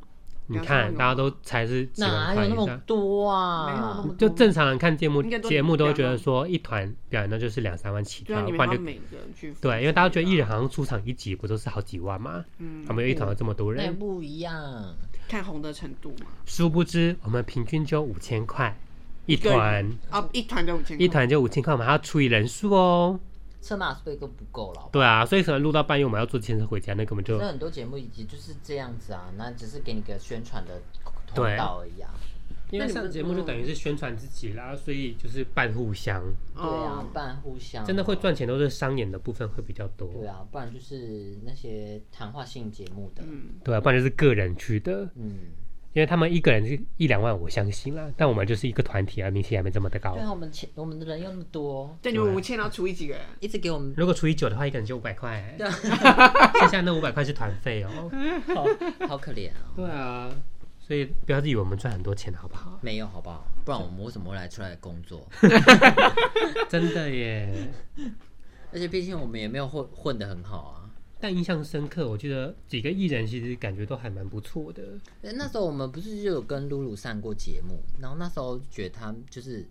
[SPEAKER 1] 你
[SPEAKER 2] 两三
[SPEAKER 1] 看
[SPEAKER 2] 万
[SPEAKER 1] 大家都才是几
[SPEAKER 3] 哪
[SPEAKER 1] 万
[SPEAKER 3] 有
[SPEAKER 1] 块
[SPEAKER 3] 那
[SPEAKER 1] 以
[SPEAKER 3] 么
[SPEAKER 1] 上，
[SPEAKER 3] 多
[SPEAKER 2] 没有那
[SPEAKER 3] 啊
[SPEAKER 2] 么？多
[SPEAKER 1] 就正常人看节目
[SPEAKER 2] 应该都
[SPEAKER 1] 节目都会觉
[SPEAKER 2] 两
[SPEAKER 1] 得
[SPEAKER 2] 万
[SPEAKER 1] 说一团表演那就是两三万起
[SPEAKER 2] 对
[SPEAKER 1] 跳
[SPEAKER 2] 啊，你，
[SPEAKER 1] 不
[SPEAKER 2] 们
[SPEAKER 1] 然
[SPEAKER 2] 帮
[SPEAKER 1] 就
[SPEAKER 2] 每个人去付
[SPEAKER 1] 对，因为大家觉得
[SPEAKER 2] 出
[SPEAKER 1] 艺
[SPEAKER 2] 来
[SPEAKER 1] 人好像出场一集不都是好几万吗？
[SPEAKER 2] 嗯
[SPEAKER 1] 他，们有一团有这么多
[SPEAKER 3] 那也
[SPEAKER 1] 人，
[SPEAKER 3] 不一样。
[SPEAKER 2] 看红的程度嘛，
[SPEAKER 1] 殊不知我们平均就五千块一
[SPEAKER 2] 个人
[SPEAKER 1] 团，
[SPEAKER 2] 啊，一团就五千，
[SPEAKER 1] 一，团就五千块，我们还要除以人数哦。
[SPEAKER 3] 车马费都不够了，好吧
[SPEAKER 1] 对啊，所以可能录到半夜我们要坐汽车回家，那根本就
[SPEAKER 3] 那很多节目也就是这样子啊，那只是给你个宣传的通道而已啊。
[SPEAKER 1] 因为
[SPEAKER 2] 那你们嗯
[SPEAKER 1] 上节目就等于是宣传自己啦，所以就是半互相，
[SPEAKER 3] 对啊，，
[SPEAKER 2] 哦
[SPEAKER 3] 半互相
[SPEAKER 1] 真的会。赚钱都是商演的部分会比较多，
[SPEAKER 3] 对啊，不然就是那些谈话性节目的，嗯
[SPEAKER 1] 对啊，不然就是个人区的，因为他们一个人是一两万，我相信啦，但我们就是一个团体啊，名气还没这么的高
[SPEAKER 3] 对。啊，我们钱我们的人又那么多，
[SPEAKER 2] 对，你们五千，然后除以几个人？
[SPEAKER 3] 一直给我们
[SPEAKER 1] 如果除以九的话，一个人就五百块， 剩下那五百块是团费哦。
[SPEAKER 3] 好好可怜啊、
[SPEAKER 1] 对啊，所以不要以为我们赚很多钱，好不好？
[SPEAKER 3] 没有好不好？不然我们为什么会来出来工作？
[SPEAKER 1] 真的耶。
[SPEAKER 3] 而且毕竟我们也没有混混的很好啊。
[SPEAKER 1] 但印象深刻，我记得几个艺人其实感觉都还蛮不错的。
[SPEAKER 3] 呃那时候我们不是就有跟露露上过节目，然后那时候觉得她就是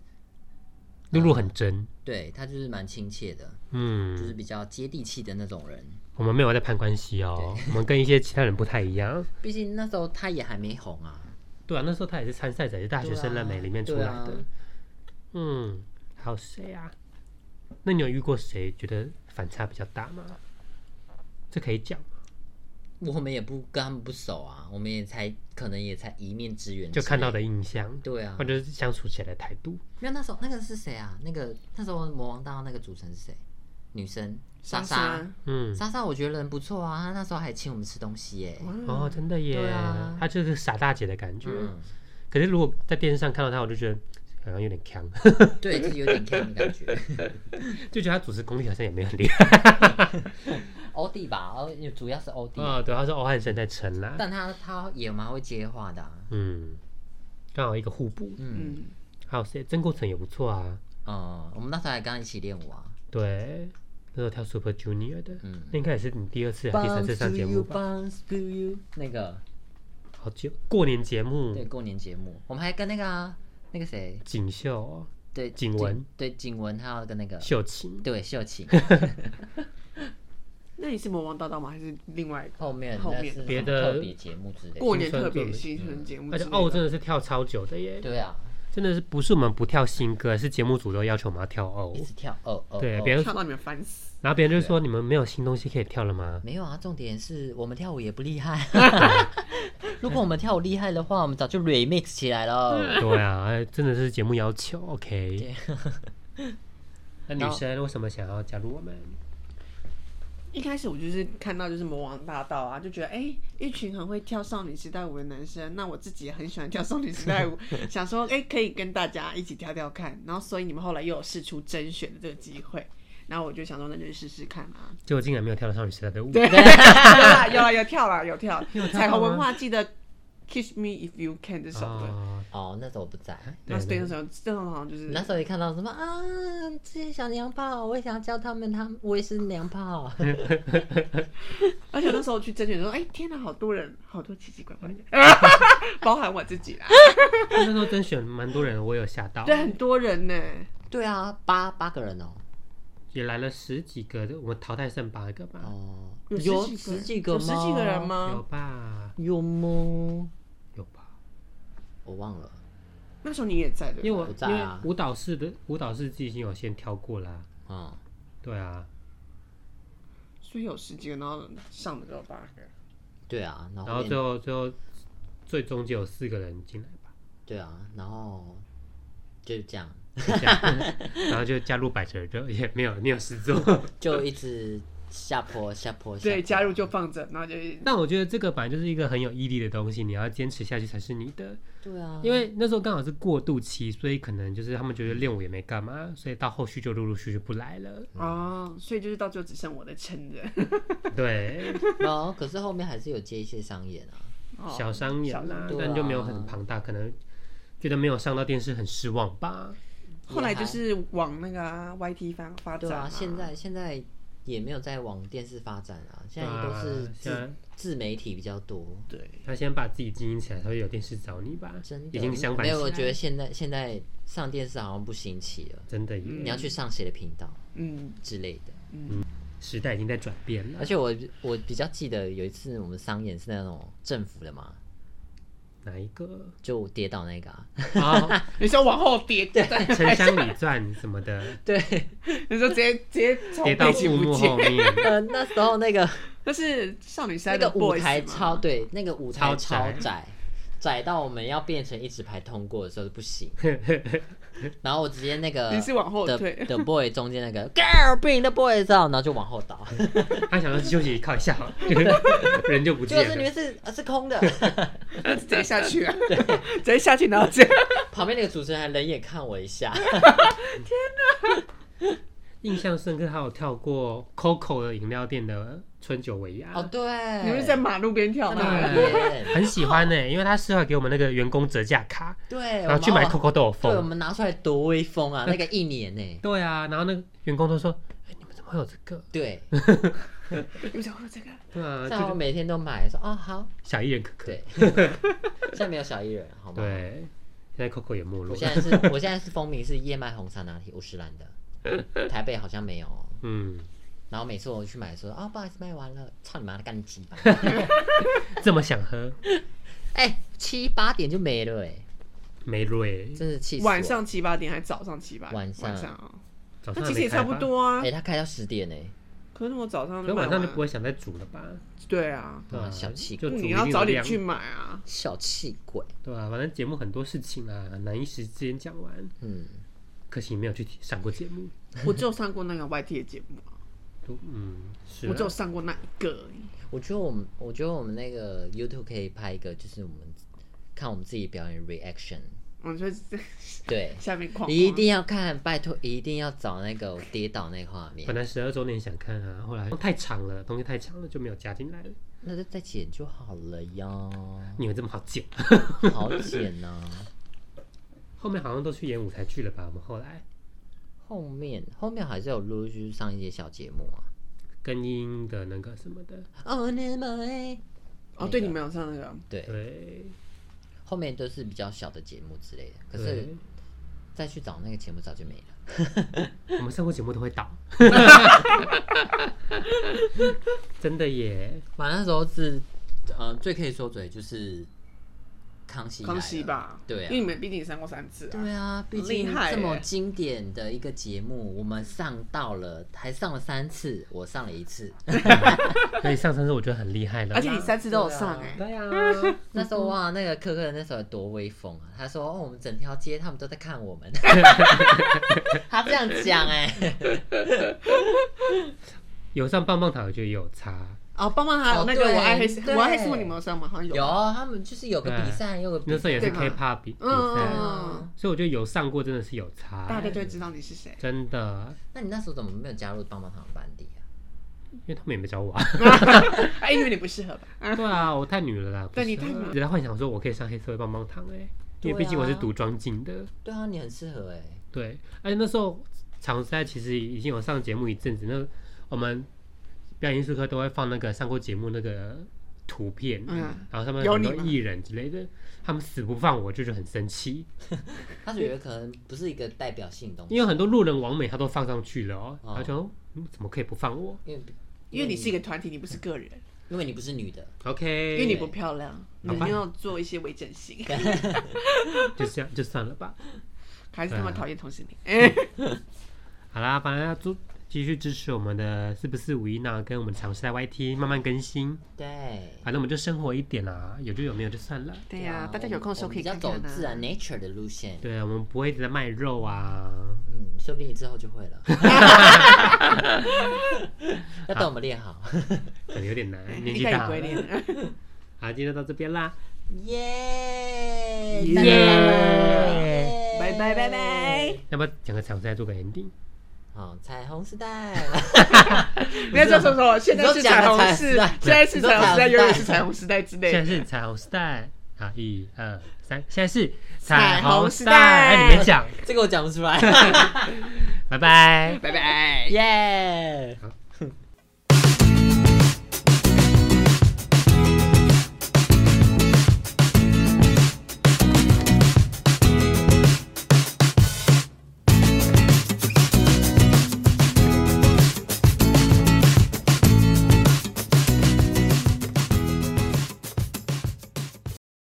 [SPEAKER 1] 露露很真，
[SPEAKER 3] 对她就是蛮亲切的，就
[SPEAKER 1] 嗯，
[SPEAKER 3] 是比较接地气的那种人。
[SPEAKER 1] 我们没有在攀关系哦，我们跟一些其他人不太一样。
[SPEAKER 3] 毕竟那时候她也还没红啊，
[SPEAKER 1] 对啊，那时候他也是参赛者，也是大学生了没里面出来
[SPEAKER 3] 对啊
[SPEAKER 1] 的。嗯，还有谁啊？那你有遇过谁觉得反差比较大吗？这可以讲吗，
[SPEAKER 3] 我们也不跟他们不熟啊，我们也才可能也才一面之缘之
[SPEAKER 1] 就
[SPEAKER 3] 类，
[SPEAKER 1] 看到的印象，
[SPEAKER 3] 对啊
[SPEAKER 1] 或，者是相处起来的态度。
[SPEAKER 3] 没有那时候那个是谁啊？那个那时候魔王大道那个主持人是谁？女生莎莎，
[SPEAKER 2] 三，
[SPEAKER 1] 嗯，
[SPEAKER 3] 莎莎我觉得人不错啊，她那时候还请我们吃东西耶、
[SPEAKER 1] 哦，真的耶
[SPEAKER 3] 嗯对啊，
[SPEAKER 1] 她就是傻大姐的感觉。
[SPEAKER 3] 嗯，
[SPEAKER 1] 可是如果在电视上看到她，我就觉得好像有点强，
[SPEAKER 3] 对，就是有点 c 的感觉。
[SPEAKER 1] 就觉得她主持功力好像也没有很厉害。
[SPEAKER 3] 欧弟吧，欧主要是欧弟，
[SPEAKER 1] 啊、对，她是欧汉生在撑啦。
[SPEAKER 3] 但他他也蛮会接话的、啊。
[SPEAKER 1] 嗯，刚好一个互补。
[SPEAKER 3] 嗯
[SPEAKER 2] 嗯，
[SPEAKER 1] 还有谁？曾国成也不错啊。
[SPEAKER 3] 嗯，我们那时候还跟他一起练舞啊。
[SPEAKER 1] 对，那时候跳 Super Junior 的，
[SPEAKER 3] 嗯
[SPEAKER 1] 那应该也是你第二次、还是第三次上节目吧？
[SPEAKER 3] Bounce to you, bounce to you 那个
[SPEAKER 1] 好久，过年节目，
[SPEAKER 3] 对过年节目，我们还跟那个、啊、那个谁
[SPEAKER 1] 锦绣哦、
[SPEAKER 3] 对
[SPEAKER 1] 景文
[SPEAKER 3] 对景文，他要跟那个
[SPEAKER 1] 秀琴，
[SPEAKER 3] 对 秀琴
[SPEAKER 2] 那你是魔王大道吗？还是另外一个
[SPEAKER 3] 后面
[SPEAKER 2] 后
[SPEAKER 3] 那
[SPEAKER 2] 面
[SPEAKER 3] 是
[SPEAKER 1] 别
[SPEAKER 3] 什么
[SPEAKER 1] 的
[SPEAKER 3] 特别节目之类的。
[SPEAKER 2] 过年特别新春节目
[SPEAKER 1] 而
[SPEAKER 2] 之
[SPEAKER 1] 且
[SPEAKER 2] 类的？
[SPEAKER 1] 哦，真的是跳超久的耶，
[SPEAKER 3] 对啊，
[SPEAKER 1] 真的是不是我们不跳新歌，是节目组都要求我们要跳哦
[SPEAKER 3] 一。直跳哦哦，
[SPEAKER 1] 对，
[SPEAKER 3] 哦
[SPEAKER 1] 别人
[SPEAKER 2] 跳到你们烦死，
[SPEAKER 1] 然后别人就说你们没有新东西可以跳了 吗？
[SPEAKER 3] 没有啊，重点是我们跳舞也不 厉害。如果我们跳舞厉害的话，我们早就 remix 起来了。
[SPEAKER 1] 对啊，哎真的是节目要求，OK
[SPEAKER 3] 对。
[SPEAKER 1] 那女生为什么想要加入我们？
[SPEAKER 2] 一开始我就是看到就是魔王大道啊，就觉得哎、一群很会跳少女时代舞的男生，那我自己也很喜欢跳少女时代 舞，想说哎、可以跟大家一起跳跳看，然后所以你们后来又有试出甄选的这个机会，然后我就想说那就试试看啊，
[SPEAKER 1] 结果竟然没有跳到少女时代的舞，
[SPEAKER 2] 对， 有啦有啦有跳啦有跳，
[SPEAKER 1] 跳
[SPEAKER 2] 彩虹
[SPEAKER 1] 吗
[SPEAKER 2] 文化记得 Kiss Me If You Can 这首歌，
[SPEAKER 1] 哦，
[SPEAKER 3] 哦，那时候我不在，
[SPEAKER 2] 那对那首这种好像就是
[SPEAKER 3] 那时候也看到什么啊，这些小娘炮，我也想要教他们，他们我也是娘炮。啊
[SPEAKER 2] 而且那时候去甄选说，哎、天哪，好多人，好多奇奇怪 怪的，包含我自己啦，
[SPEAKER 1] 那时候甄选蛮多人，我有吓到，
[SPEAKER 2] 对，很多人呢，
[SPEAKER 3] 对啊，八八个人哦，
[SPEAKER 1] 也来了十几个，我们淘汰剩八个吧，
[SPEAKER 3] 哦，
[SPEAKER 2] 有
[SPEAKER 3] 有十几个
[SPEAKER 2] 有
[SPEAKER 3] 吗？
[SPEAKER 2] 十几个人？
[SPEAKER 1] 有
[SPEAKER 2] 吗？
[SPEAKER 1] 吧，
[SPEAKER 3] 有吗？
[SPEAKER 1] 有吧。
[SPEAKER 3] 我忘了。
[SPEAKER 2] 那时候你也在对不对
[SPEAKER 1] 因为我
[SPEAKER 3] 不在
[SPEAKER 1] 因为
[SPEAKER 3] 啊
[SPEAKER 1] 舞蹈室的舞蹈室已经有先挑过啦，
[SPEAKER 3] 嗯，
[SPEAKER 1] 对啊，
[SPEAKER 2] 所以有十几个，然后上的只有八个。
[SPEAKER 3] 对啊，然
[SPEAKER 1] 然后
[SPEAKER 3] 后
[SPEAKER 1] 最后最后最中间有四个人进来吧，
[SPEAKER 3] 对啊，然后就这样，
[SPEAKER 1] 就这样然后就加入百褶热，也没有没有事做。
[SPEAKER 3] 就一直下坡下坡。下
[SPEAKER 2] 对，
[SPEAKER 3] 坡
[SPEAKER 2] 加入就放着，然后就
[SPEAKER 3] 嗯
[SPEAKER 1] 但我觉得这个本来就是一个很有毅力的东西，你要坚持下去才是你的。
[SPEAKER 3] 对啊，
[SPEAKER 1] 因为那时候刚好是过渡期，所以可能就是他们觉得练舞也没干嘛，所以到后续就陆陆续续不来了。
[SPEAKER 2] 哦，所以就是到最后只剩我的撑着。
[SPEAKER 1] 对，
[SPEAKER 3] 然后可是后面还是有接一些商演啊。
[SPEAKER 2] 哦
[SPEAKER 1] 小商演
[SPEAKER 2] 小
[SPEAKER 1] 啦
[SPEAKER 2] 商，
[SPEAKER 3] 演
[SPEAKER 1] 但就没有很庞大，可能觉得没有上到电视很失望吧。
[SPEAKER 2] 后来就是往那个啊 YT 方发
[SPEAKER 3] 对
[SPEAKER 2] 展
[SPEAKER 3] 啊，现在现在也没有在往电视发展啊，现在都是
[SPEAKER 1] 啊
[SPEAKER 3] 自、
[SPEAKER 1] 现在
[SPEAKER 3] 自媒体比较多。
[SPEAKER 2] 对
[SPEAKER 1] 他先把自己经营起来，才会有电视找你吧。
[SPEAKER 3] 真的
[SPEAKER 1] 已经相反
[SPEAKER 3] 没有，我
[SPEAKER 1] 起来，
[SPEAKER 3] 觉得现在现在上电视好像不兴起了，
[SPEAKER 1] 真的耶，
[SPEAKER 3] 嗯你要去上谁的频道
[SPEAKER 2] 嗯，
[SPEAKER 3] 之类的。
[SPEAKER 1] 时代已经在转变
[SPEAKER 3] 而
[SPEAKER 1] 了。
[SPEAKER 3] 且我我比较记得有一次我们商演是那种政府的嘛，
[SPEAKER 1] 哪一个？
[SPEAKER 3] 就我跌倒那个、啊，
[SPEAKER 1] 啊，
[SPEAKER 2] 你说往后跌，对，
[SPEAKER 1] 城乡里转什么 的，
[SPEAKER 3] 对，
[SPEAKER 2] 你说直接直接从
[SPEAKER 1] 跌
[SPEAKER 2] 背
[SPEAKER 1] 到
[SPEAKER 2] 景
[SPEAKER 1] 树
[SPEAKER 2] 不
[SPEAKER 1] 幕后
[SPEAKER 2] 见，
[SPEAKER 1] 面。
[SPEAKER 3] 呃，那时候那个
[SPEAKER 2] 那是少女时代
[SPEAKER 3] 那
[SPEAKER 2] 的
[SPEAKER 3] 个舞
[SPEAKER 2] boys
[SPEAKER 3] 台
[SPEAKER 2] 嘛
[SPEAKER 3] 超对，那个舞台
[SPEAKER 1] 超
[SPEAKER 3] 超
[SPEAKER 1] 窄
[SPEAKER 3] 窄，窄到我们要变成一直排通过的时候就不行。然后我直接那个
[SPEAKER 2] 你是往后退
[SPEAKER 3] 的 boy 中间那个 girl bring the boys out，然后就往后倒，
[SPEAKER 1] 他想要休息靠一下好了， 人就不
[SPEAKER 3] 结果
[SPEAKER 1] 见
[SPEAKER 3] 这里面
[SPEAKER 1] 了。
[SPEAKER 3] 是呃是空的，
[SPEAKER 2] 直接下去 啊，直接下去，然后这样，
[SPEAKER 3] 旁边那个主持人还冷眼看我一下，
[SPEAKER 1] 印象深刻，还有跳过 Coco 的饮料店的春酒尾牙，
[SPEAKER 3] 哦对，
[SPEAKER 2] 你们是在马路边跳
[SPEAKER 3] 在马
[SPEAKER 2] 吗？
[SPEAKER 3] 路边
[SPEAKER 1] 很喜欢呢、欸因为他事后还给我们那个员工折价卡，
[SPEAKER 3] 对，
[SPEAKER 1] 然后去买
[SPEAKER 3] 哎我们
[SPEAKER 1] Coco 都有
[SPEAKER 3] 对，我
[SPEAKER 1] 封。
[SPEAKER 3] 们拿出来多威风啊！那个一年呢、
[SPEAKER 1] 对啊，然后那个员工都说：“哎、你们怎么会有这个
[SPEAKER 3] 对，
[SPEAKER 2] 你们想喝这个？
[SPEAKER 1] 对啊，
[SPEAKER 3] 像我
[SPEAKER 1] 就是
[SPEAKER 3] 每天都买，说哦好，
[SPEAKER 1] 小艺人可可。
[SPEAKER 3] 对，现在没有小艺人，好吗？，
[SPEAKER 1] 对，现在 Coco 也没落
[SPEAKER 3] 我
[SPEAKER 1] 了。
[SPEAKER 3] 现在是，我现在是风靡是燕麦红茶拿铁，五十兰的，台北好像没有。
[SPEAKER 1] 嗯，
[SPEAKER 3] 然后每次我去买的时候，啊，不好意思，卖完了，操你妈的，干你鸡巴！
[SPEAKER 1] 这么想喝
[SPEAKER 3] 哎，七八点就没了，哎，
[SPEAKER 1] 梅瑞，
[SPEAKER 3] 真是气死我
[SPEAKER 2] 晚，上七八点还是早上七八点？
[SPEAKER 3] 晚上
[SPEAKER 2] 啊，
[SPEAKER 1] 早上
[SPEAKER 2] 那
[SPEAKER 1] 还
[SPEAKER 2] 其
[SPEAKER 1] 没
[SPEAKER 2] 实也
[SPEAKER 1] 开
[SPEAKER 2] 差不
[SPEAKER 1] 吧，
[SPEAKER 2] 多啊
[SPEAKER 3] 哎，。他开到十点呢，
[SPEAKER 2] 可是我早上
[SPEAKER 1] 可
[SPEAKER 2] 就
[SPEAKER 1] 能晚
[SPEAKER 2] 买
[SPEAKER 1] 上
[SPEAKER 2] 完
[SPEAKER 1] 就不会想再煮了吧？
[SPEAKER 2] 对啊，
[SPEAKER 1] 对啊
[SPEAKER 3] 嗯哦小气
[SPEAKER 1] 就煮
[SPEAKER 2] 你
[SPEAKER 1] 一
[SPEAKER 2] 要
[SPEAKER 1] 定
[SPEAKER 2] 早
[SPEAKER 1] 的
[SPEAKER 2] 点
[SPEAKER 1] 量
[SPEAKER 2] 去买啊。
[SPEAKER 3] 小气鬼，
[SPEAKER 1] 对啊，反正节目很多事情啊，很难一时之间讲完。
[SPEAKER 3] 嗯，
[SPEAKER 1] 可惜没有去提上过节目。
[SPEAKER 2] 我只有上过那个 YT 的节目啊，
[SPEAKER 1] 都嗯， 是、
[SPEAKER 2] 我只有
[SPEAKER 1] 啊。
[SPEAKER 2] 上过那一个而已。
[SPEAKER 3] 我觉得我们，我觉得我们那个 YouTube 可以拍一个，就是我们看我们自己表演 reaction，
[SPEAKER 2] 我就在
[SPEAKER 3] 对，
[SPEAKER 2] 下面狂
[SPEAKER 3] 一定要看，拜托，一定要找那个我跌倒那个画面
[SPEAKER 1] 本，来十二周年想看啊，后来太长了，东西太长了就没有加进来了。
[SPEAKER 3] 那就再剪就好了 呀，
[SPEAKER 1] 你以为这么好剪？
[SPEAKER 3] 好剪啊呐、
[SPEAKER 1] 后面好像都去演舞台剧了吧？我们后来
[SPEAKER 3] 后面后面还是有陆陆续续上一些小节目啊。
[SPEAKER 1] 跟英的那个什么的，
[SPEAKER 3] 哦，那么爱，
[SPEAKER 2] 哦，对，你没有上那个，
[SPEAKER 3] 对，
[SPEAKER 1] 对，
[SPEAKER 3] 后面都是比较小的节目之类的。可是
[SPEAKER 1] 对，
[SPEAKER 3] 再去找那个节目早就没了。
[SPEAKER 1] 我们上过节目都会 倒，真的耶。
[SPEAKER 3] 反正那时候是，呃，最可以说嘴就是康熙，
[SPEAKER 2] 康熙，吧？
[SPEAKER 3] 对啊
[SPEAKER 2] 因为你们毕竟也上过三次啊。
[SPEAKER 3] 对啊，毕
[SPEAKER 2] 厉
[SPEAKER 3] 竟
[SPEAKER 2] 害
[SPEAKER 3] 这么
[SPEAKER 2] 耶
[SPEAKER 3] 经典的一个节目，我们上到了，还上了三次，我上了一次。
[SPEAKER 1] 所以上升是我觉得很厉害了，
[SPEAKER 2] 而且你三次都有上哎、
[SPEAKER 1] 对呀、
[SPEAKER 3] 啊 那时候哇，那个科科那时候有多威风啊！他说：“哦，我们整条街他们都在看我 们。”他这样讲哎、
[SPEAKER 1] 有上棒棒糖，我觉得也有差。
[SPEAKER 2] 哦，棒棒还有
[SPEAKER 3] 哦
[SPEAKER 2] 那个
[SPEAKER 3] 对
[SPEAKER 2] 我爱黑社
[SPEAKER 3] 对
[SPEAKER 2] 我爱黑社会，你们有上吗？好像
[SPEAKER 3] 有他们就是有个比赛，有个比
[SPEAKER 1] 那时候也是
[SPEAKER 2] 对嘛
[SPEAKER 1] K-pop 比比
[SPEAKER 2] 嗯嗯
[SPEAKER 1] 赛，
[SPEAKER 2] 嗯，
[SPEAKER 1] 所以我觉得有上过真的是有
[SPEAKER 2] 大
[SPEAKER 1] 差，
[SPEAKER 2] 家就会知道你是 谁。
[SPEAKER 1] 真的，
[SPEAKER 3] 那你那时候怎么没有加入棒棒糖班底啊？
[SPEAKER 1] 因为他们也没找 我啊。
[SPEAKER 2] 哎，因为你不适合吧？
[SPEAKER 1] 对啊，我太女了啦，
[SPEAKER 2] 对
[SPEAKER 1] 不
[SPEAKER 2] 你
[SPEAKER 1] 是啊
[SPEAKER 2] 太女了
[SPEAKER 1] 一直在幻想说我可以上黑社会棒棒糖哎、因为
[SPEAKER 3] 对
[SPEAKER 1] 毕竟我是
[SPEAKER 3] 啊
[SPEAKER 1] 读装进的，
[SPEAKER 3] 对啊，你很适合哎、
[SPEAKER 1] 对，而且那时候长时代其实已经有上节目一阵子，那我们表演艺术课都会放那个上过节目那个图片，
[SPEAKER 2] 嗯
[SPEAKER 1] 然后上面
[SPEAKER 2] 有
[SPEAKER 1] 很
[SPEAKER 2] 你
[SPEAKER 1] 多
[SPEAKER 2] 吗
[SPEAKER 1] 艺人之类的，他们死不放我，就是很生气，
[SPEAKER 3] 他觉得可能不是一个代表性的东西，
[SPEAKER 1] 因为很多路人王美他都放上去了哦，
[SPEAKER 3] 哦
[SPEAKER 1] 他就、嗯、怎么可以不放我
[SPEAKER 3] 因为
[SPEAKER 2] 因为你是一个团体，你不是个人，
[SPEAKER 3] 因为你不是女的，
[SPEAKER 2] 因为你
[SPEAKER 1] ？OK，
[SPEAKER 2] 不漂亮，你
[SPEAKER 1] 好吧
[SPEAKER 2] 一定要做一些微整形，
[SPEAKER 1] 就这样就算了吧。
[SPEAKER 2] 还是他们讨厌同性恋？哎，
[SPEAKER 1] 好啦，反正要祝继续支持我们的四不四五一呢，跟我们尝试在 YT 慢慢更新，
[SPEAKER 3] 对。
[SPEAKER 1] 反正我们就生活一点啦，有就有，没有就算了。
[SPEAKER 2] 对呀、
[SPEAKER 3] 啊
[SPEAKER 2] 大家有空的时候可以
[SPEAKER 3] 要
[SPEAKER 2] 看看
[SPEAKER 3] 走
[SPEAKER 2] 啊。
[SPEAKER 3] 自然 nature 的路线，
[SPEAKER 1] 对，啊我们不会一直在卖肉啊。
[SPEAKER 3] 嗯，说不定你之后就会了。 要等我们练好，
[SPEAKER 1] 可能有点难，年
[SPEAKER 2] 应
[SPEAKER 1] 纪
[SPEAKER 2] 该也
[SPEAKER 1] 大
[SPEAKER 2] 不会
[SPEAKER 1] 了。
[SPEAKER 2] 练。
[SPEAKER 1] 好，今天就到这边啦，
[SPEAKER 3] 耶！
[SPEAKER 1] 耶
[SPEAKER 2] 拜拜拜拜！
[SPEAKER 1] 要不要讲个彩虹时代做个 ending？
[SPEAKER 3] 好，彩虹时代，
[SPEAKER 2] 不要叫什么什么，现在是彩虹
[SPEAKER 3] 你
[SPEAKER 2] 时
[SPEAKER 3] 都
[SPEAKER 2] 代
[SPEAKER 3] 讲了，
[SPEAKER 2] 现在是彩虹时代，
[SPEAKER 3] 你都讲了
[SPEAKER 2] 永远是彩虹时代之类
[SPEAKER 1] 现在
[SPEAKER 2] 的。
[SPEAKER 1] 是彩虹时代，好，一二三，现在是
[SPEAKER 2] 彩虹时代
[SPEAKER 1] 哎，你没讲，
[SPEAKER 3] 这个我讲不出来。
[SPEAKER 1] 拜拜。
[SPEAKER 2] 拜拜。
[SPEAKER 3] 耶！
[SPEAKER 1] 好，